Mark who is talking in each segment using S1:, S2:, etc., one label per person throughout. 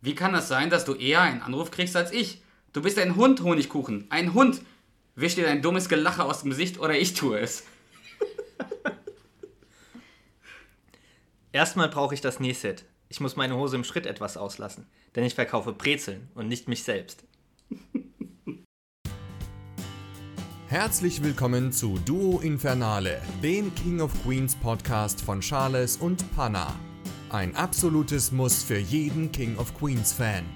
S1: Wie kann das sein, dass du eher einen Anruf kriegst als ich? Du bist ein Hund, Honigkuchen. Ein Hund. Wisch dir dein dummes Gelache aus dem Gesicht oder ich tue es.
S2: Erstmal brauche ich das Nähset. Ich muss meine Hose im Schritt etwas auslassen, denn ich verkaufe Brezeln und nicht mich selbst.
S3: Herzlich willkommen zu Duo Infernale, dem King of Queens Podcast von Charles und Panna. Ein absolutes Muss für jeden King of Queens Fan.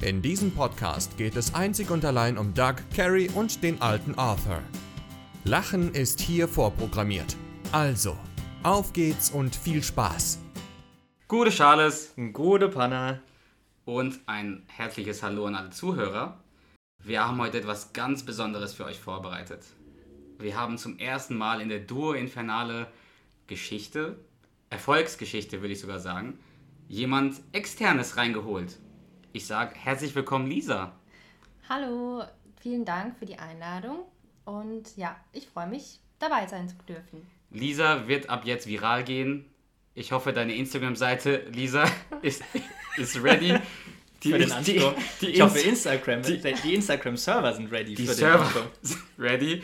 S3: In diesem Podcast geht es einzig und allein um Doug, Carrie und den alten Arthur. Lachen ist hier vorprogrammiert. Also, auf geht's und viel Spaß.
S1: Gute Charles
S2: Gute Panna.
S1: und ein herzliches Hallo an alle Zuhörer. Wir haben heute etwas ganz Besonderes für euch vorbereitet. Wir haben zum ersten Mal in der Duo Infernale Geschichte, Erfolgsgeschichte würde ich sogar sagen, jemand Externes reingeholt. Ich sage herzlich willkommen, Lisa.
S4: Hallo, vielen Dank für die Einladung und ja, ich freue mich, dabei sein zu dürfen.
S1: Lisa wird ab jetzt viral gehen. Ich hoffe, deine Instagram-Seite, Lisa, ist, ist ready. Die,
S2: Für den
S1: die,
S2: Ansturm.
S1: die,
S2: ich hoffe,
S1: Inst-
S2: Instagram, die, die Instagram-Server sind ready
S1: die
S2: für den
S1: Server
S2: Ansturm.
S1: sind ready.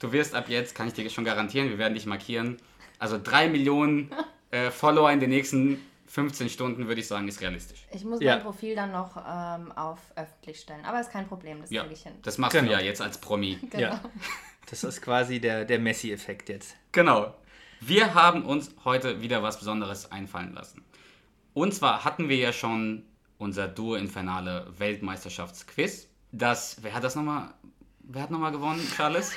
S1: Du wirst ab jetzt, kann ich dir schon garantieren, wir werden dich markieren. Also drei Millionen äh, Follower in den nächsten 15 Stunden, würde ich sagen, ist realistisch.
S4: Ich muss
S2: Ja.
S4: mein Profil dann noch ähm, auf öffentlich stellen, aber ist kein Problem, das
S1: Ja,
S4: kriege ich hin.
S1: das machst
S2: Genau.
S1: du ja jetzt als Promi.
S4: Genau.
S2: Ja. Das ist quasi der, der Messi-Effekt jetzt.
S1: Genau. Wir haben uns heute wieder was Besonderes einfallen lassen. Und zwar hatten wir ja schon unser Duo Infernale Weltmeisterschaftsquiz. Das, wer hat das nochmal, wer hat nochmal gewonnen, Charles?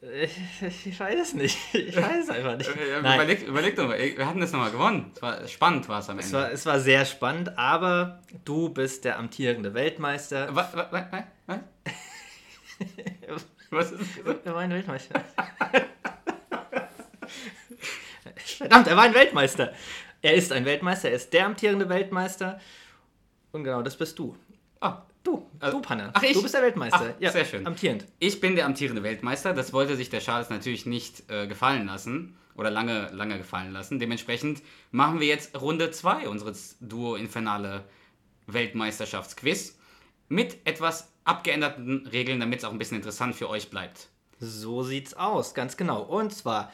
S2: Ich weiß es nicht. Ich weiß es einfach nicht.
S1: Äh,
S2: Nein.
S1: überlegt, überlegt doch mal, wir hatten das nochmal gewonnen. Es war, spannend war es am
S2: Es
S1: Ende.
S2: war, es war sehr spannend, aber du bist der amtierende Weltmeister.
S1: Wa- wa- wa- wa- wa- Was ist
S2: Er war ein Weltmeister. Verdammt, er war ein Weltmeister. Er ist ein Weltmeister, er ist der amtierende Weltmeister. Und genau, das bist du.
S1: Ah,
S2: Du,
S1: Äh,
S2: du Panna.
S1: ach, ich?
S2: Du bist der Weltmeister.
S1: Ach, sehr schön.
S2: Amtierend.
S1: Ich bin der amtierende Weltmeister. Das wollte sich der Charles natürlich nicht äh, gefallen lassen oder lange, lange gefallen lassen. Dementsprechend machen wir jetzt Runde 2 unseres Duo Infernale Weltmeisterschaftsquiz mit etwas abgeänderten Regeln, damit es auch ein bisschen interessant für euch bleibt.
S2: So sieht's aus, ganz genau. Und zwar,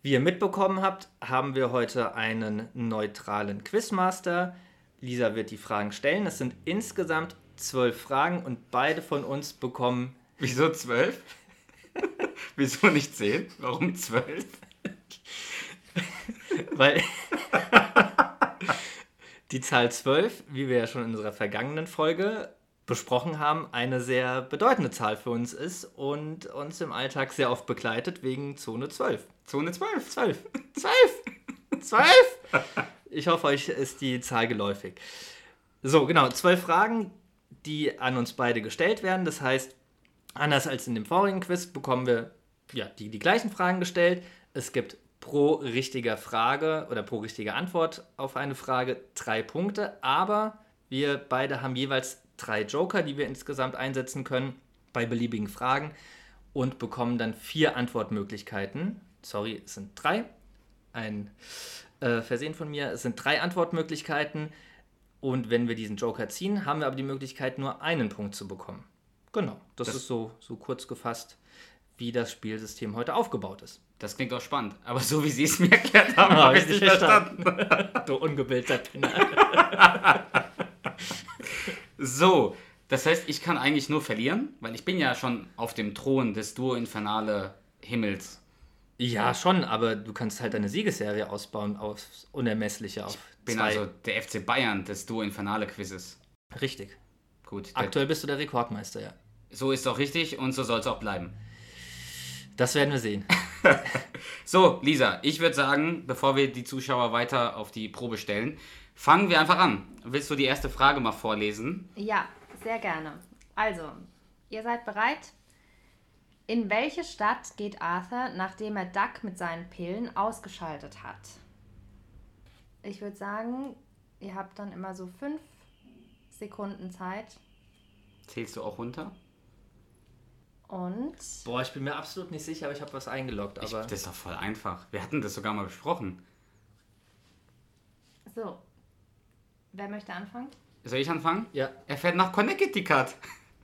S2: wie ihr mitbekommen habt, haben wir heute einen neutralen Quizmaster. Lisa wird die Fragen stellen. Es sind insgesamt zwölf Fragen und beide von uns bekommen
S1: Wieso 12? Wieso nicht 10? Warum 12?
S2: Weil die Zahl 12, wie wir ja schon in unserer vergangenen Folge besprochen haben, eine sehr bedeutende Zahl für uns ist und uns im Alltag sehr oft begleitet wegen Zone 12.
S1: Zone 12.
S2: 12. 12. 12. Ich hoffe, euch ist die Zahl geläufig. So, genau, zwölf Fragen, die an uns beide gestellt werden. Das heißt, anders als in dem vorigen Quiz bekommen wir ja, die, die gleichen Fragen gestellt. Es gibt pro richtiger Frage oder pro richtiger Antwort auf eine Frage drei Punkte, aber wir beide haben jeweils drei Joker, die wir insgesamt einsetzen können bei beliebigen Fragen und bekommen dann vier Antwortmöglichkeiten. Sorry, es sind drei. Ein äh, Versehen von mir. Es sind drei Antwortmöglichkeiten. Und wenn wir diesen Joker ziehen, haben wir aber die Möglichkeit, nur einen Punkt zu bekommen. Genau. Das, ist so, so kurz gefasst, wie das Spielsystem heute aufgebaut ist.
S1: Das klingt auch spannend. Aber so wie Sie es mir erklärt haben,
S2: Ah,
S1: habe ich
S2: hab
S1: es
S2: ich
S1: nicht
S2: nicht
S1: verstanden.
S2: Du ungebildeter Penner.
S1: So, das heißt, ich kann eigentlich nur verlieren, weil ich bin ja schon auf dem Thron des Duo Infernale Himmels.
S2: Ja, schon, aber du kannst halt deine Siegesserie ausbauen aufs Unermessliche auf
S1: Bin
S2: zwei.
S1: also der FC Bayern des Duo Infernale Quizzes.
S2: Richtig.
S1: Gut, der,
S2: Aktuell bist du der Rekordmeister, ja.
S1: so ist auch richtig und so soll es auch bleiben.
S2: Das werden wir sehen.
S1: So, Lisa, ich würde sagen, bevor wir die Zuschauer weiter auf die Probe stellen, fangen wir einfach an. Willst du die erste Frage mal vorlesen?
S4: ja, sehr gerne. Also, ihr seid bereit? In welche Stadt geht Arthur, nachdem er Duck mit seinen Pillen ausgeschaltet hat? Ich würde sagen, ihr habt dann immer so fünf Sekunden Zeit
S1: Zählst du auch runter?
S4: und
S2: Boah, ich bin mir absolut nicht sicher, aber ich habe was eingeloggt.
S1: Ich,
S2: Aber
S1: das ist doch voll einfach. Wir hatten das sogar mal besprochen.
S4: so. Wer möchte anfangen?
S1: Soll ich anfangen?
S2: Ja.
S1: Er fährt nach Connecticut.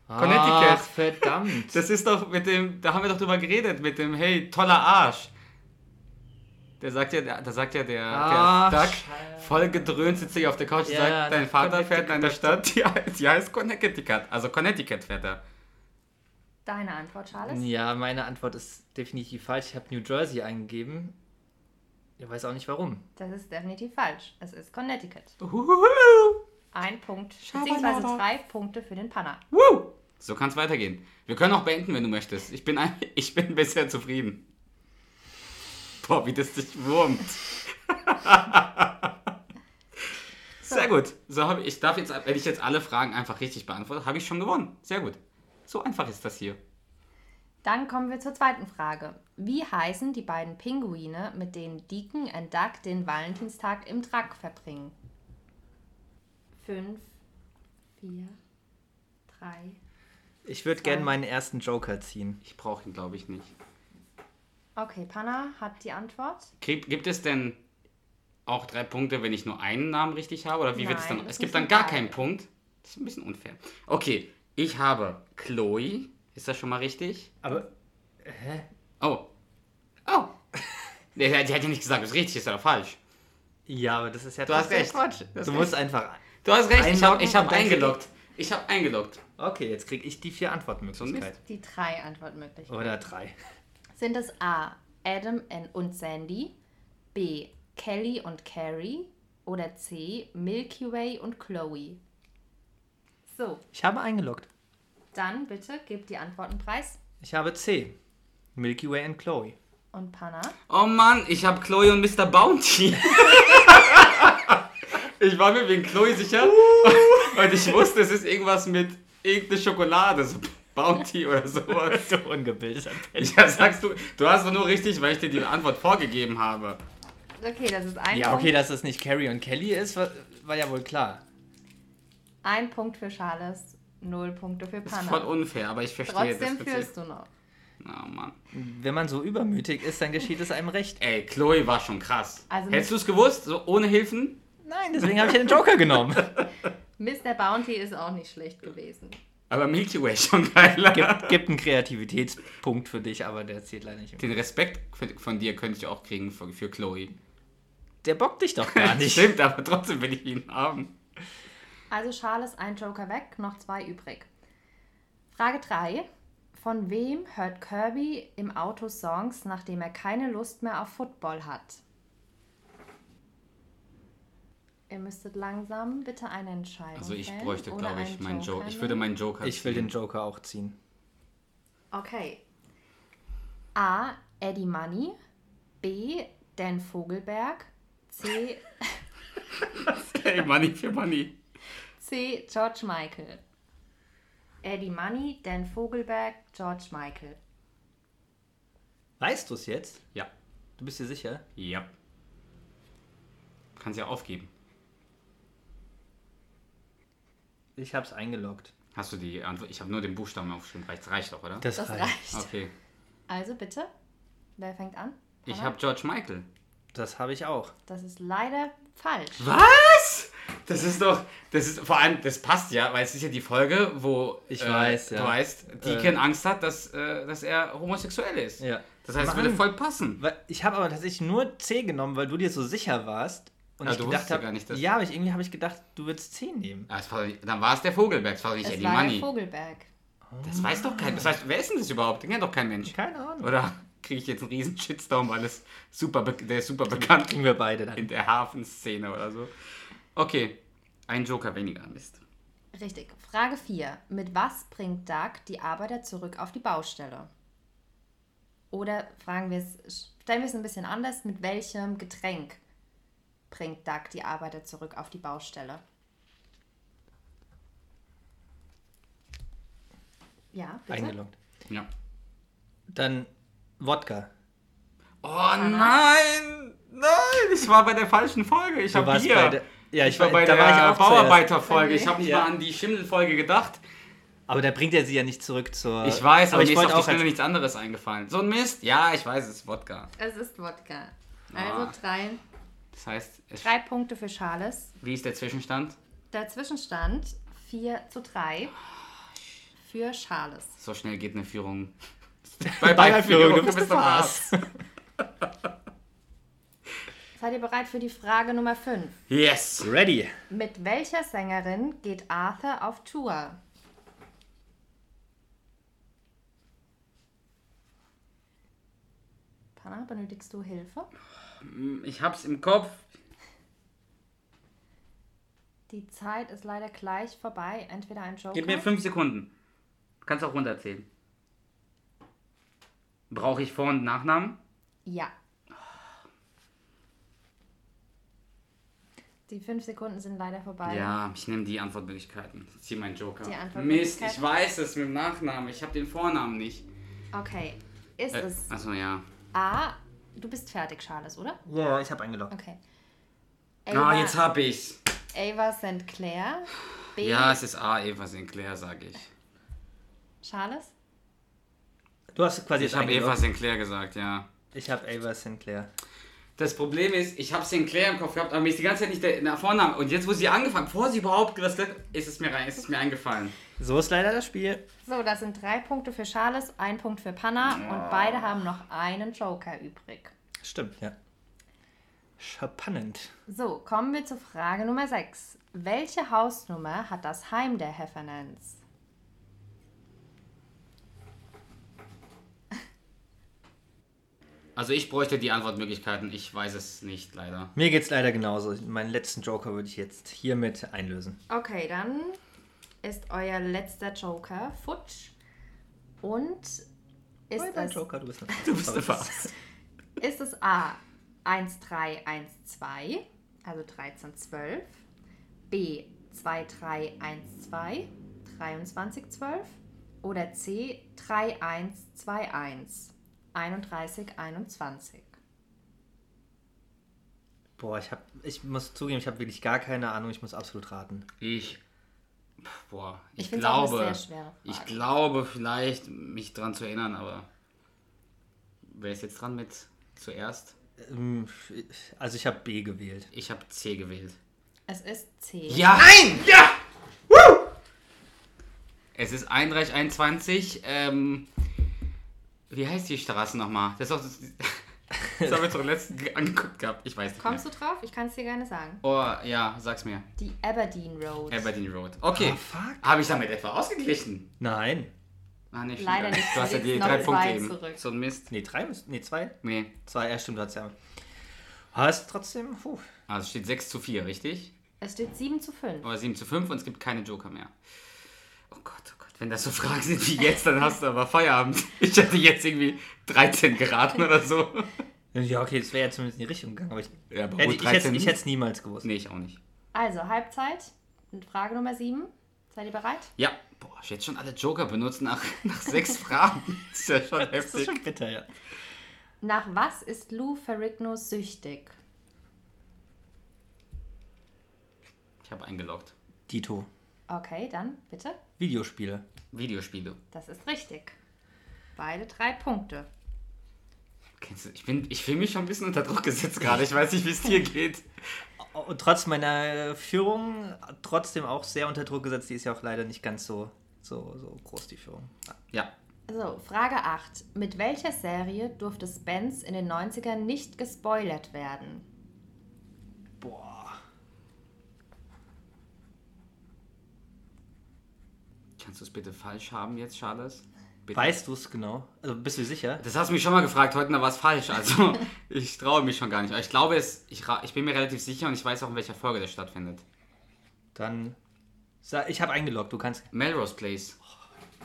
S2: Ach,
S1: Connecticut.
S2: verdammt.
S1: Das ist doch mit dem, da haben wir doch drüber geredet, mit dem, hey, toller Arsch. Der sagt ja, der- da sagt ja der,
S2: Ach,
S1: der Duck,
S2: scheiße.
S1: voll gedröhnt sitzt sich auf der Couch und
S2: Ja, ja,
S1: sagt, dein
S2: nach
S1: Vater fährt in eine
S2: Connecticut.
S1: Stadt, die, he- die heißt Connecticut. Also Connecticut fährt er.
S4: Deine Antwort, Charles?
S2: Ja, meine Antwort ist definitiv falsch. Ich habe New Jersey eingegeben. Ich weiß auch nicht warum.
S4: Das ist definitiv falsch. Es ist Connecticut.
S1: Uhuhu.
S4: Ein Punkt, beziehungsweise drei Punkte für den Panner.
S1: Woo! So kann es weitergehen. Wir können auch beenden, wenn du möchtest. Ich bin, ein, ich bin bisher zufrieden. Boah, wie das dich wurmt. Sehr gut. So habe ich, ich darf jetzt, wenn ich jetzt alle Fragen einfach richtig beantworte, habe ich schon gewonnen. Sehr gut. So einfach ist das hier.
S4: Dann kommen wir zur zweiten Frage. Wie heißen die beiden Pinguine, mit denen Deacon und Duck den Valentinstag im Drack verbringen? Fünf, vier, drei.
S2: Ich würde gerne meinen ersten Joker ziehen.
S1: Ich brauche ihn, glaube ich, nicht.
S4: Okay, Panna hat die Antwort.
S1: Gibt, gibt es denn auch drei Punkte, wenn ich nur einen Namen richtig habe? Oder wie wird es
S4: Nein,
S1: dann?
S4: das
S1: Es gibt
S4: müssen
S1: dann gar
S4: drei.
S1: keinen Punkt. Das ist ein bisschen unfair. Okay, ich habe Chloe. Ist das schon mal richtig?
S2: Aber
S1: Oh. Oh. Nee, Die hat ja nicht gesagt, ob es richtig ist oder falsch.
S2: ja, aber das ist ja
S1: Du hast
S2: trotzdem
S1: recht.
S2: Quatsch.
S1: Du hast
S2: Du musst einfach.
S1: Du hast recht, ich habe
S2: Einloggen
S1: ich hab
S2: und dann
S1: eingeloggt. Ich habe eingeloggt.
S2: Okay, jetzt kriege ich die vier Antwortmöglichkeiten.
S4: Die drei Antwortmöglichkeiten.
S2: Oder drei.
S4: Sind es A. Adam and- und Sandy, B. Kelly und Carrie oder C. Milky Way und Chloe? So,
S2: Ich habe eingeloggt.
S4: dann bitte gebt die Antworten preis.
S2: Ich habe C. Milky Way and Chloe.
S4: Und Panna?
S1: Oh Mann, ich habe Chloe und Mr. Bounty. ich war mir wegen Chloe sicher. Und ich wusste, es ist irgendwas mit irgendeine Schokolade, so Bounty oder sowas.
S2: So ungebildeter Pech.
S1: Ja, sagst du, du hast doch nur richtig, weil ich dir die Antwort vorgegeben habe.
S4: Okay, das ist ein,
S2: Ja,
S4: Punkt,
S2: okay, dass es nicht Carrie und Kelly ist, war, war ja wohl klar.
S4: ein Punkt für Charles, null Punkte für
S1: Das ist voll
S4: Panna.
S1: unfair, aber ich verstehe
S4: Trotzdem
S1: das.
S4: führst du noch.
S1: Oh Mann.
S2: Wenn man so übermütig ist, dann geschieht es einem recht.
S1: Ey, Chloe war schon krass.
S4: Also
S1: Hättest du es gewusst, so ohne Hilfen?
S2: Nein, deswegen habe ich ja den Joker genommen.
S4: Mr. Bounty ist auch nicht schlecht gewesen.
S1: Aber Milky Way schon geiler.
S2: Gibt, gibt einen Kreativitätspunkt für dich, aber der zählt leider nicht.
S1: Den Respekt für- von dir könnte ich auch kriegen für, für Chloe.
S2: Der bockt dich doch gar nicht.
S1: Stimmt, aber trotzdem will ich ihn haben.
S4: Also Charles, ein Joker weg, noch zwei übrig. Frage 3. Von wem hört Kirby im Auto Songs, nachdem er keine Lust mehr auf Football hat? Ihr müsstet langsam bitte eine Entscheidung
S1: Also ich
S4: fällen
S1: bräuchte,
S4: oder
S1: glaube ich,
S4: einen
S1: meinen Joker. Ich würde
S4: nehmen.
S1: meinen Joker.
S2: Ich will den
S1: ziehen.
S2: Joker auch ziehen.
S4: Okay. A. Eddie Money. B. Dan Vogelberg. C.
S1: Hey, Money für Money.
S4: C. George Michael. Eddie Money, Dan Vogelberg, George Michael.
S2: Weißt du es jetzt?
S1: Ja.
S2: Du bist dir sicher?
S1: Ja. Kannst ja aufgeben.
S2: Ich habe es eingeloggt.
S1: Hast du die Antwort? Ich habe nur den Buchstaben aufgeschrieben. Reicht, reicht doch, oder?
S4: Das reicht.
S1: Okay.
S4: Also bitte, wer fängt an?
S1: Ich
S4: Anna?
S1: habe George Michael.
S2: Das habe ich auch.
S4: Das ist leider falsch.
S1: Was? Das ist doch, das ist vor allem, das passt ja, weil es ist ja die Folge, wo äh,
S2: Ich weiß,
S1: du
S2: ja.
S1: weißt, Deacon Angst hat, dass, äh, dass er homosexuell ist.
S2: Ja.
S1: Das heißt, es
S2: Mann.
S1: würde voll passen.
S2: Weil- Ich habe aber tatsächlich nur C genommen, weil du dir so sicher warst. Und
S1: Ah,
S2: ich
S1: du
S2: gedacht
S1: wusstest ja
S2: habe,
S1: gar nicht, dass-
S2: ja, aber ich, irgendwie habe ich gedacht, du würdest C nehmen.
S1: Ah, es war, dann war es der Vogelberg, es war doch nicht
S4: Es
S1: Eddie
S4: war der
S1: Money.
S4: Vogelberg.
S1: Das weiß doch kein, das heißt, wer ist denn das überhaupt? Den kennt doch kein Mensch.
S2: Keine Ahnung.
S1: Oder kriege ich jetzt einen riesen Shitstorm, weil es super, be- der ist super bekannt
S2: Kriegen wir beide dann.
S1: in der Hafenszene oder so. Okay, ein Joker weniger, Mist.
S4: Richtig. Frage 4. Mit was bringt Doug die Arbeiter zurück auf die Baustelle? Oder fragen wir es, stellen wir es ein bisschen anders, mit welchem Getränk bringt Doug die Arbeiter zurück auf die Baustelle? Ja, bitte.
S2: Eingeloggt.
S1: Ja.
S2: Dann Wodka.
S1: Oh nein! Nein! Ich war bei der falschen Folge. Ich
S2: Du
S1: habe
S2: warst
S1: Bier.
S2: bei der- Ja, ich
S1: ich war
S2: war-
S1: bei
S2: da
S1: der
S2: war ich auch
S1: Bauarbeiterfolge.
S4: zuerst.
S1: Ich habe nicht
S2: Ja.
S1: mal an die Schimmelfolge gedacht.
S2: Aber da bringt er sie ja nicht zurück zur.
S1: Ich weiß, aber, mir ist
S2: wollte halt
S1: auf die
S2: als-
S1: Schnelle nichts anderes eingefallen. So ein Mist? Ja, ich weiß, es ist Wodka.
S4: Es ist Wodka.
S1: Ah.
S4: Also drei
S1: Das heißt, es,
S4: Drei Punkte für Charles.
S1: wie ist der Zwischenstand?
S4: Der Zwischenstand 4 zu 3 für Charles.
S1: So schnell geht eine Führung.
S2: Beiführung,
S1: du bist am Arsch.
S4: Seid ihr bereit für die Frage Nummer 5?
S1: Yes!
S2: Ready.
S4: Mit welcher Sängerin geht Arthur auf Tour? Panna, benötigst du Hilfe?
S1: Ich hab's im Kopf.
S4: Die Zeit ist leider gleich vorbei. Entweder ein Joker.
S1: Gib mir fünf Sekunden. Kannst auch runterzählen. Brauche ich Vor- und Nachnamen?
S4: Ja. Die fünf Sekunden sind leider vorbei.
S1: Ja, ich nehme die Antwortmöglichkeiten. Ich ziehe meinen Joker.
S4: Die Antwortmöglichkeiten?
S1: Mist, ich weiß es mit dem Nachnamen. Ich habe den Vornamen nicht.
S4: Okay. Ist
S1: Äh,
S4: es
S1: achso, ja.
S4: A. Du bist fertig, Charles, oder?
S2: Ja, ich habe eingeloggt.
S4: Okay.
S1: Ah, jetzt hab ich's.
S4: Ava St. Clair. B.
S1: Ja, es ist A. Eva Sinclair, sag ich.
S4: Charles.
S2: Du hast quasi
S1: Ich habe Eva Sinclair gesagt, ja.
S2: Ich habe Ava Sinclair.
S1: Das Problem ist, ich habe Sinclair im Kopf gehabt, aber mir ist die ganze Zeit nicht der, der Vorname. Und jetzt, wo sie angefangen, bevor sie überhaupt das gesagt hat, ist es mir rein, ist es mir eingefallen.
S2: So ist leider das Spiel.
S4: So, das sind drei Punkte für Charles, ein Punkt für
S1: Ah.
S4: Panna und beide haben noch einen Joker übrig.
S2: Stimmt, ja. Spannend.
S4: So, kommen wir zur Frage Nummer 6. Welche Hausnummer hat das Heim der Heffernans?
S1: Also ich bräuchte die Antwortmöglichkeiten. Ich weiß es nicht, leider.
S2: Mir geht's leider genauso. Meinen letzten Joker würde ich jetzt hiermit einlösen.
S4: Okay, dann ist euer letzter Joker futsch und ist, es,
S2: Joker, du bist eine Du bist eine Farce.
S4: ist es A 1312, also 1312, B 2312, 2312 oder C 3121, 3121.
S2: Boah, ich, hab, ich muss zugeben, ich habe wirklich gar keine Ahnung. Ich muss absolut raten.
S1: Ich. Boah, ich,
S4: find's auch eine
S1: glaube.
S4: sehr schwere Frage.
S1: ich glaube vielleicht, mich dran zu erinnern, aber. Wer ist jetzt dran mit zuerst?
S2: Ähm, Also ich habe B gewählt.
S1: Ich habe C gewählt.
S4: Es ist C.
S1: Ja! Nein! Ja! Es ist 3121. Ähm, wie heißt die Straße nochmal? Das, ist doch das, das haben wir doch letztens ge- angeguckt gehabt. Ich weiß nicht.
S4: Kommst
S1: mehr.
S4: du drauf? Ich kann es dir gerne sagen.
S1: Oh, ja, sag's mir.
S4: Die Aberdeen Road.
S1: Aberdeen Road. Okay.
S2: Ah, fuck.
S1: Habe ich damit etwa ausgeglichen?
S2: Nein.
S1: Ah, nee, stimmt
S4: Leider
S1: gar
S4: nicht.
S1: Du hast ja
S4: Jetzt
S1: die
S4: noch
S1: drei
S4: zwei
S1: Punkte eben.
S4: zurück.
S1: So ein Mist.
S2: Nee, drei müssen. Nee, zwei.
S1: Nee.
S2: Zwei, ja, stimmt, du hast ja. Aber es ist trotzdem. Puh.
S1: Also es steht 6 zu 4, richtig?
S4: Es steht 7 zu 5.
S1: Oder 7 zu 5 und es gibt keine Joker mehr. Oh Gott, oh Gott. Wenn das so Fragen sind wie jetzt, dann hast du aber Feierabend. Ich hätte jetzt irgendwie 13 geraten oder so.
S2: Ja, okay, das wäre ja zumindest in die Richtung gegangen, aber ich.
S1: Ja, aber
S2: hätte,
S1: gut,
S2: ich hätte
S1: 13
S2: ich hätte es niemals gewusst.
S1: Nee, ich auch nicht.
S4: Also, Halbzeit. Frage Nummer 7. Seid ihr bereit?
S1: Ja. Boah, ich hätte schon alle Joker benutzt nach, nach sechs Fragen. Das ist ja schon
S2: Das ist
S1: heftig.
S2: schon bitter, ja.
S4: Nach was ist Lou Ferrigno süchtig?
S1: Ich habe eingeloggt.
S2: Dito.
S4: Okay, dann bitte.
S2: Videospiele.
S1: Videospiele.
S4: Das ist richtig. Beide drei Punkte.
S1: Kennst du, ich, bin, ich fühle mich schon ein bisschen unter Druck gesetzt gerade. Ich weiß nicht, wie es dir geht.
S2: Und trotz meiner äh, Führung trotzdem auch sehr unter Druck gesetzt. Die ist ja auch leider nicht ganz so, so, so groß, die Führung.
S1: Ja,
S4: So, Frage 8. Mit welcher Serie durfte Spence in den 90ern nicht gespoilert werden?
S2: Boah.
S1: Kannst du es bitte falsch haben jetzt, Charles? Bitte.
S2: Weißt du es genau? Also bist du sicher?
S1: Das hast du mich schon mal gefragt heute, da war es falsch. Also, ich traue mich schon gar nicht. Aber ich glaube, es, ich, ra- ich bin mir relativ sicher und ich weiß auch, in welcher Folge das stattfindet.
S2: Dann. sa- Ich habe eingeloggt, du kannst.
S1: Melrose Place.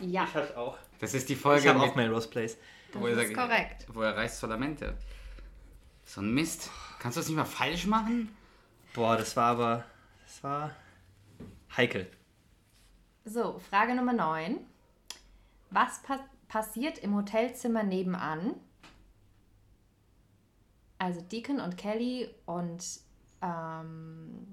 S4: Ja,
S2: habe auch.
S1: Das ist die
S2: Ich
S1: Folge,
S2: habe auch
S1: mit-
S2: Melrose Place.
S1: wo,
S4: das ist
S1: er,
S4: korrekt.
S1: wo er reist zur Lamente. So ein Mist. Kannst du das nicht mal falsch machen?
S2: Boah, das war aber. Das war. Heikel.
S4: So, Frage Nummer 9. Was pa passiert im Hotelzimmer nebenan? Also Deacon und Kelly und ähm,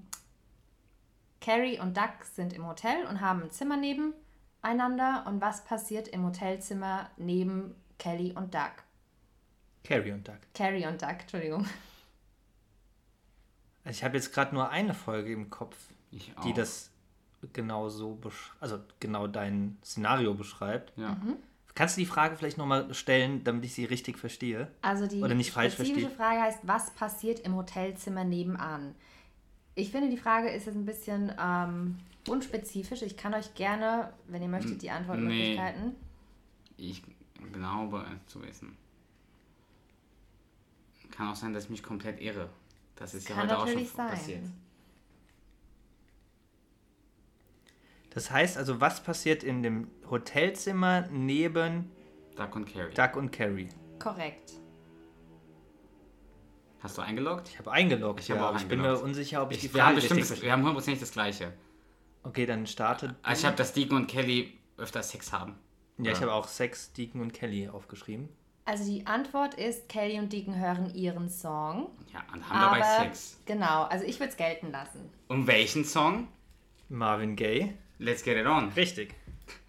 S4: Carrie und Doug sind im Hotel und haben ein Zimmer nebeneinander. Und was passiert im Hotelzimmer neben Kelly und Doug?
S2: Carrie und Doug.
S4: Carrie und Doug, Entschuldigung.
S2: Also ich habe jetzt gerade nur eine Folge im Kopf,
S1: Ich auch.
S2: die das genau so, besch also genau dein Szenario beschreibt.
S1: Ja.
S4: Mhm.
S2: Kannst du die Frage vielleicht nochmal stellen, damit ich sie richtig verstehe?
S4: Also die
S2: Oder nicht falsch
S4: spezifische
S2: verstehe.
S4: Frage heißt, was passiert im Hotelzimmer nebenan? Ich finde, die Frage ist jetzt ein bisschen ähm, unspezifisch. Ich kann euch gerne, wenn ihr möchtet, die Antwortmöglichkeiten.
S1: Ich glaube es zu wissen. Kann auch sein, dass ich mich komplett irre. Das ist ja
S4: Kann
S1: heute auch schon
S4: natürlich sein.
S1: passiert.
S2: Das heißt also, was passiert in dem Hotelzimmer neben
S1: Duck und Carry.
S2: Doug und Carrie?
S4: Korrekt.
S1: Hast du eingeloggt?
S2: Ich habe eingeloggt,
S1: Ich
S2: ja,
S1: habe auch
S2: aber ich bin mir
S1: eingeloggt.
S2: unsicher, ob ich, die
S1: wir, haben
S2: Frage
S1: bestimmt
S2: richtig
S1: das,
S2: verstehe.
S1: wir haben hundertprozentig das gleiche.
S2: Okay, dann startet.
S1: Also
S4: Mhm.
S1: ich habe, dass Deacon und Kelly öfter Sex haben.
S2: ja, Ah, ich ah.
S1: ja.
S2: habe auch Sex, Deacon und Kelly aufgeschrieben.
S4: Also die Antwort ist, Kelly und Deacon hören ihren Song.
S1: Ja, und haben dabei Sex.
S4: Genau, also ich würde es gelten lassen.
S1: Um welchen Song?
S2: Marvin Gaye.
S1: Let's get it on.
S2: Richtig.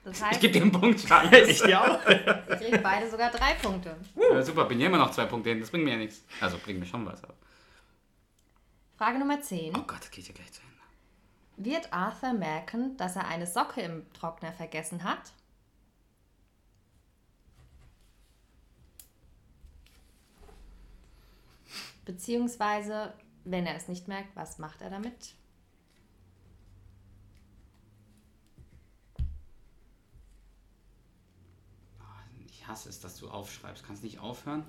S4: Das
S1: Ich
S4: heißt,
S1: gebe
S4: ich
S1: dir einen Punkt, Charles.
S2: Ich dir auch.
S4: kriege beide sogar drei Punkte.
S1: Ja, super, bin ja immer noch zwei Punkte hin. Das bringt mir ja nichts. Also bringt mir schon was. Aber.
S4: Frage Nummer 10.
S1: Oh Gott, das geht ja gleich zu Ende.
S4: Wird Arthur merken, dass er eine Socke im Trockner vergessen hat? Beziehungsweise, wenn er es nicht merkt, was macht er damit?
S1: Ich hasse es, dass du aufschreibst. Kannst nicht aufhören?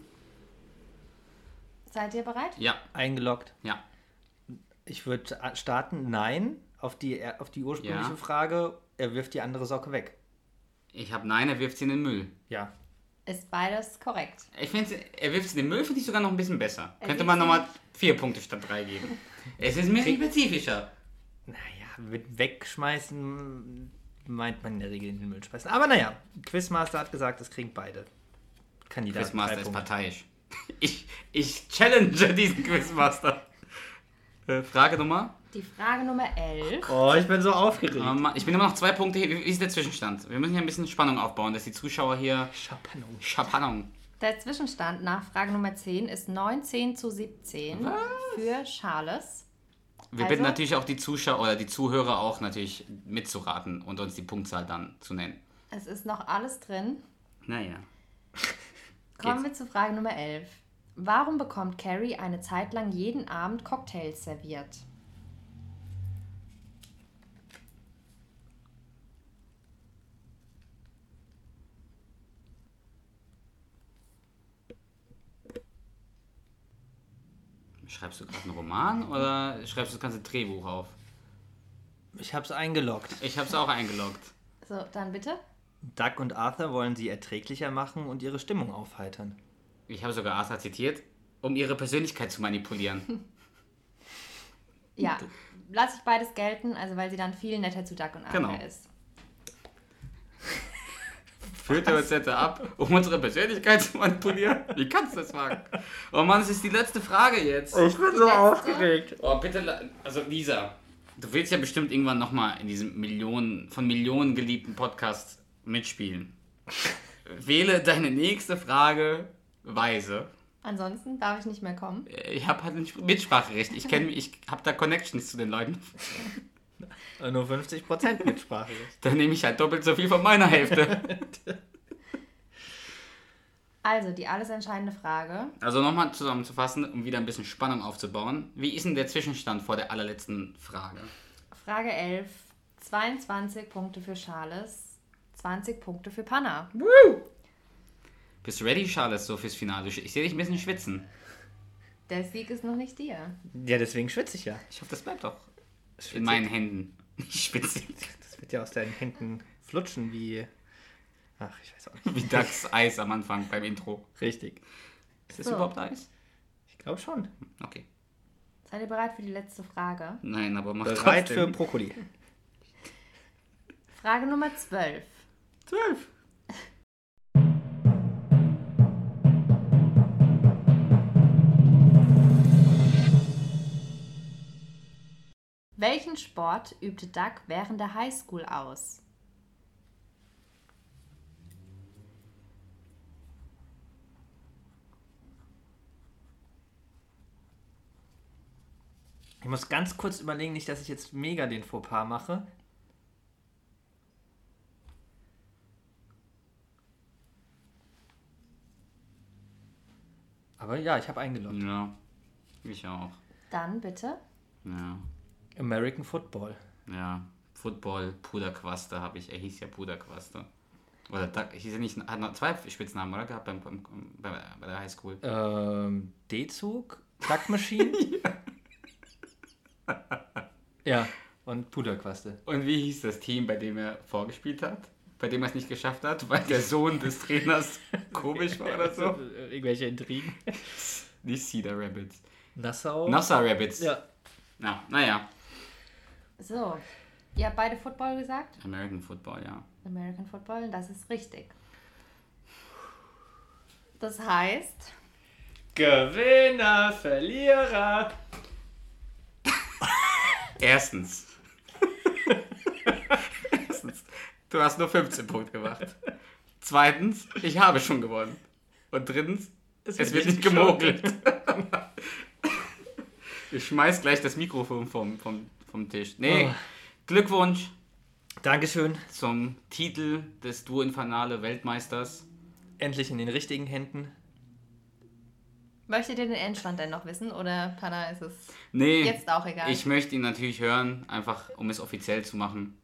S4: Seid ihr bereit?
S1: Ja,
S2: Eingeloggt.
S1: ja.
S2: Ich würde starten, nein, auf die, auf die ursprüngliche
S1: Ja.
S2: Frage, er wirft die andere Socke weg.
S1: Ich habe Nein, er wirft sie in den Müll.
S2: Ja.
S4: Ist beides korrekt.
S1: Ich finde, er wirft sie in den Müll, finde ich sogar noch ein bisschen besser.
S4: Er
S1: Könnte
S4: wirft
S1: man
S4: sie-
S1: nochmal vier Punkte statt drei geben. es ist ein bisschen spezifischer.
S2: Naja, mit wegschmeißen meint man in der Regel in den Müll schmeißen. Aber naja, Quizmaster hat gesagt, das kriegen beide Kandidaten.
S1: Quizmaster
S2: drei
S1: ist
S2: Punkte.
S1: parteiisch. Ich, ich challenge diesen Quizmaster. Äh, Frage Nummer?
S4: Die Frage Nummer 11.
S2: Oh, ich bin so aufgeregt.
S1: Oh Mann, Ich bin immer noch zwei Punkte hier. Wie ist der Zwischenstand? Wir müssen hier ein bisschen Spannung aufbauen, dass die Zuschauer hier
S2: Schapannung.
S1: Schapanung.
S4: Der Zwischenstand nach Frage Nummer 10 ist 19 zu 17 für Charles.
S1: Wir
S4: Also?
S1: bitten natürlich auch die Zuschauer oder die Zuhörer auch natürlich mitzuraten und uns die Punktzahl dann zu nennen.
S4: Es ist noch alles drin.
S1: Naja.
S4: Kommen wir zu Frage Nummer 11. Warum bekommt Carrie eine Zeit lang jeden Abend Cocktails serviert?
S1: Schreibst du gerade einen Roman oder schreibst du das ganze Drehbuch auf?
S2: Ich hab's eingeloggt.
S1: Ich hab's auch eingeloggt.
S4: So, dann bitte.
S2: Doug und Arthur wollen sie erträglicher machen und ihre Stimmung aufheitern.
S1: Ich habe sogar Arthur zitiert, um ihre Persönlichkeit zu manipulieren.
S4: Ja, lasse ich beides gelten, also weil sie dann viel netter zu Duck und Arthur
S1: Genau.
S4: ist.
S1: Führt er uns jetzt ab, um unsere Persönlichkeit zu manipulieren? Wie kannst du das wagen? Oh Mann, es ist die letzte Frage jetzt.
S2: Ich bin so aufgeregt.
S1: Oh, bitte, la- also Lisa, du willst ja bestimmt irgendwann nochmal in diesem Millionen, von Millionen geliebten Podcast mitspielen. Wähle deine nächste Frage weise.
S4: Ansonsten darf ich nicht mehr kommen.
S1: Ich habe halt ein Sp- Mitspracherecht. Ich kenne, ich habe da Connections zu den Leuten.
S2: Äh, Nur 50% Mitsprache.
S1: Dann nehme ich halt doppelt so viel von meiner Hälfte.
S4: Also, die alles entscheidende Frage.
S1: Also nochmal zusammenzufassen, um wieder ein bisschen Spannung aufzubauen. Wie ist denn der Zwischenstand vor der allerletzten Frage?
S4: Frage 11. 22 Punkte für Charles, 20 Punkte für Panna.
S1: Bist du ready, Charles, so fürs Finale? Ich sehe dich ein bisschen schwitzen.
S4: Der Sieg ist noch nicht dir.
S2: Ja, deswegen schwitze ich ja.
S1: Ich hoffe, das bleibt auch
S2: Schwitze.
S1: in meinen Händen. Ich schwitze.
S2: Das wird ja aus deinen Händen flutschen wie. Ach, ich weiß auch nicht.
S1: Wie Ducks Eis am Anfang beim Intro.
S2: Richtig. Äh,
S1: Ist das
S4: So.
S1: überhaupt Eis?
S2: Ich glaube schon.
S1: Okay.
S4: Seid ihr bereit für die letzte Frage?
S1: Nein, aber mach
S2: Bereit für
S1: trotzdem.
S2: Brokkoli.
S4: Frage Nummer 12.
S1: zwölf.
S4: Welchen Sport übte Duck während der Highschool aus?
S2: Ich muss ganz kurz überlegen, nicht, dass ich jetzt mega den Fauxpas mache. Aber ja, ich habe eingeloggt.
S1: Ja, ich auch.
S4: Dann bitte.
S1: Ja,
S2: American Football.
S1: ja. Football, Puderquaste habe ich. Er hieß ja Puderquaste. Oder Duck, hieß er nicht, hat noch zwei Spitznamen, oder? Gehabt beim, beim, bei, bei der Highschool.
S2: Ähm, D-Zug, Duck Machine. ja, und Puderquaste.
S1: Und wie hieß das Team, bei dem er vorgespielt hat? Bei dem er es nicht geschafft hat, weil der Sohn des Trainers komisch war oder so?
S2: Irgendwelche Intrigen.
S1: Nicht Cedar Rabbits.
S2: Nassau.
S1: Nassau Rabbits.
S2: Oh. Ja.
S1: Na, naja.
S4: So. Ihr habt beide Football gesagt?
S1: American Football, ja.
S4: American Football, das ist richtig. Das heißt,
S2: Gewinner, Verlierer.
S1: Erstens. Erstens. Du hast nur 15 Punkte gemacht. Zweitens, ich habe schon gewonnen. Und drittens, es, wird nicht gemogelt. ich schmeiß gleich das Mikrofon vom, vom, vom Tisch. Nee,
S2: Oh.
S1: Glückwunsch
S2: Dankeschön.
S1: zum Titel des Duo Infernale Weltmeisters.
S2: Endlich in den richtigen Händen.
S4: möchtet ihr den Endstand denn noch wissen oder Panna ist es?
S1: Nee,
S4: Jetzt auch egal.
S1: ich möchte ihn natürlich hören, einfach um es offiziell zu machen.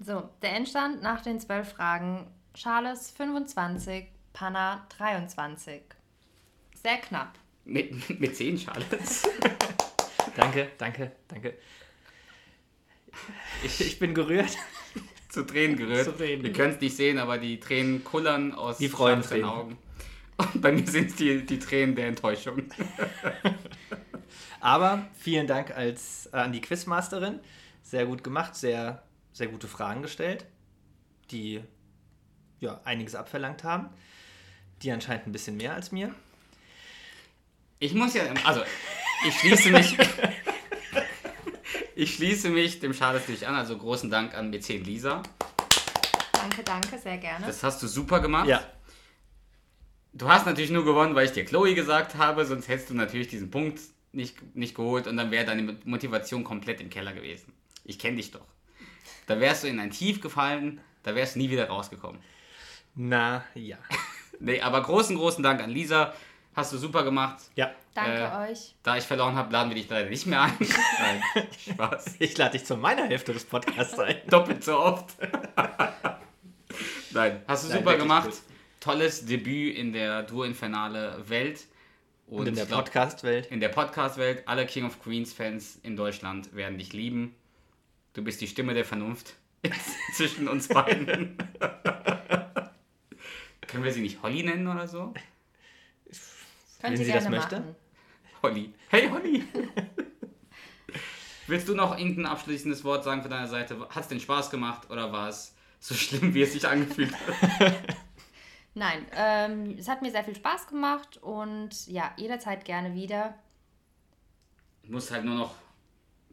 S4: So, der Endstand nach den zwölf Fragen: Charles 25, Panna 23. Sehr knapp.
S1: Mit, mit 10 Charles.
S2: Danke, danke, danke. Ich, ich bin gerührt.
S1: zu Tränen gerührt.
S2: Zu Tränen.
S1: Ihr könnt es nicht sehen, aber die Tränen kullern aus
S2: Die Freuden
S1: seinen
S2: Tränen.
S1: Augen. Und bei mir sind es die, die Tränen der Enttäuschung.
S2: Aber vielen Dank als, äh, an die Quizmasterin. Sehr gut gemacht, sehr, sehr gute Fragen gestellt, die ja, einiges abverlangt haben. Die anscheinend ein bisschen mehr als mir.
S1: Ich muss ja, also, ich schließe mich. Ich schließe mich dem Charles nicht an, also großen Dank an Mäzen Lisa.
S4: Danke, danke, sehr gerne.
S1: Das hast du super gemacht.
S2: Ja,
S1: Du hast natürlich nur gewonnen, weil ich dir Chloe gesagt habe, sonst hättest du natürlich diesen Punkt nicht, nicht geholt und dann wäre deine Motivation komplett im Keller gewesen. Ich kenne dich doch. Da wärst du in ein Tief gefallen, da wärst du nie wieder rausgekommen.
S2: na ja.
S1: Nee, aber großen, großen Dank an Lisa. Hast du super gemacht.
S2: Ja, äh,
S4: danke euch.
S1: Da ich verloren habe, laden wir dich leider nicht mehr ein. Nein, Spaß.
S2: ich lade dich zu meiner Hälfte des Podcasts ein.
S1: Doppelt so oft. Nein, hast du
S2: Nein,
S1: super
S2: wirklich
S1: gemacht.
S2: gut.
S1: Tolles Debüt in der Duo Infernale Welt.
S2: Und in der
S1: ich glaub,
S2: Podcast-Welt.
S1: in der Podcast-Welt, alle King of Queens-Fans in Deutschland werden dich lieben. Du bist die Stimme der Vernunft zwischen uns beiden. Können wir sie nicht Holly nennen oder so?
S4: Könnt
S2: wenn
S4: ihr
S2: sie
S4: gerne
S2: das möchte.
S4: machen.
S1: Holly. Hey, Holly! Willst du noch irgendein abschließendes Wort sagen von deiner Seite? Hat es denn Spaß gemacht oder war es so schlimm, wie es sich angefühlt hat?
S4: Nein, ähm, es hat mir sehr viel Spaß gemacht und ja, jederzeit gerne wieder.
S1: Ich muss halt nur noch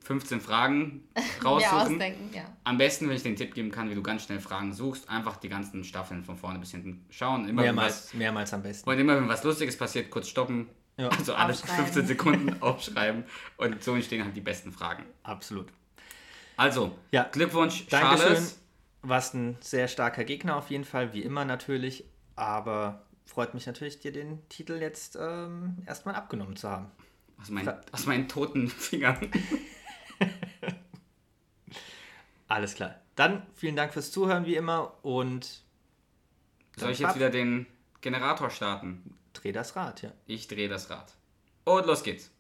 S1: 15 Fragen
S4: Mir
S1: raussuchen.
S4: ausdenken, ja.
S1: Am besten, wenn ich den Tipp geben kann, wie du ganz schnell Fragen suchst, einfach die ganzen Staffeln von vorne bis hinten schauen. Immer wenn was,
S2: Mehrmals, mehrmals am besten.
S1: und immer wenn was Lustiges passiert, kurz stoppen.
S2: Ja.
S1: Also alle
S4: Aufschreiben.
S1: 15 Sekunden aufschreiben. Und so entstehen halt die besten Fragen.
S2: Absolut.
S1: Also,
S2: Ja.
S1: Glückwunsch,
S2: Dankeschön.
S1: Charles.
S2: Warst ein sehr starker Gegner auf jeden Fall, wie immer natürlich. Aber freut mich natürlich, dir den Titel jetzt ähm, erstmal abgenommen zu haben.
S1: Aus meinen, aus meinen toten Fingern.
S2: Alles klar. Dann vielen Dank fürs Zuhören, wie immer. Und
S1: Soll ich jetzt wieder den Generator starten?
S2: dreh das Rad, ja.
S1: Ich drehe das Rad. Und los geht's.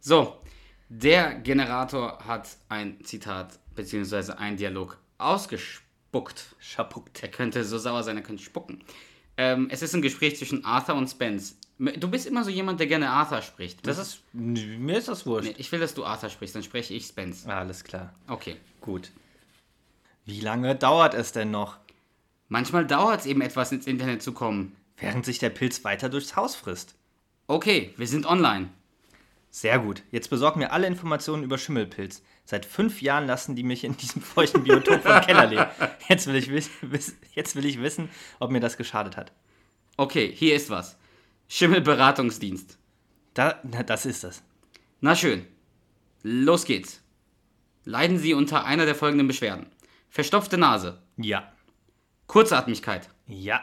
S1: So, der Generator hat ein Zitat bzw. einen Dialog ausgespuckt.
S2: Schapukt.
S1: Er könnte so sauer sein, er könnte spucken. Ähm, es ist ein Gespräch zwischen Arthur und Spence. M- Du bist immer so jemand, der gerne Arthur spricht. Das ist.
S2: Nö, Mir ist das
S1: Nee,
S2: wurscht.
S1: ich will, dass du Arthur sprichst, dann spreche ich Spence.
S2: Alles klar.
S1: Okay.
S2: Gut. Wie lange dauert es denn noch,
S1: Manchmal dauert es eben etwas, ins Internet zu kommen.
S2: während sich der Pilz weiter durchs Haus frisst?
S1: Okay, wir sind online.
S2: Sehr gut. Jetzt besorg mir alle Informationen über Schimmelpilz. Seit fünf Jahren lassen die mich in diesem feuchten Biotop vom Keller leben. Jetzt will, ich wiss, wiss, jetzt will ich wissen, ob mir das geschadet hat.
S1: Okay, hier ist was. Schimmelberatungsdienst.
S2: Da, na, das ist das.
S1: Na schön. Los geht's. Leiden Sie unter einer der folgenden Beschwerden. Verstopfte Nase,
S2: Ja.
S1: Kurzatmigkeit,
S2: Ja.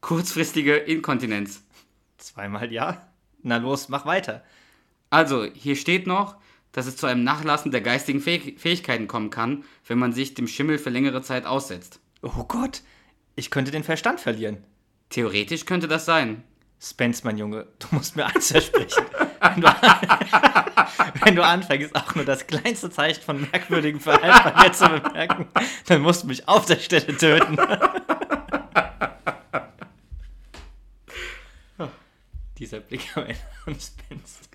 S1: kurzfristige Inkontinenz.
S2: Zweimal ja. Na los, mach weiter.
S1: Also, hier steht noch, dass es zu einem Nachlassen der geistigen Fäh- Fähigkeiten kommen kann, wenn man sich dem Schimmel für längere Zeit aussetzt.
S2: Oh Gott, ich könnte den Verstand verlieren.
S1: Theoretisch könnte das sein.
S2: Spence, mein Junge, du musst mir eins versprechen. Wenn du, wenn du anfängst, auch nur das kleinste Zeichen von merkwürdigem Verhalten bei mir zu bemerken, dann musst du mich auf der Stelle töten. Oh, Dieser Blick am Ende von Spence.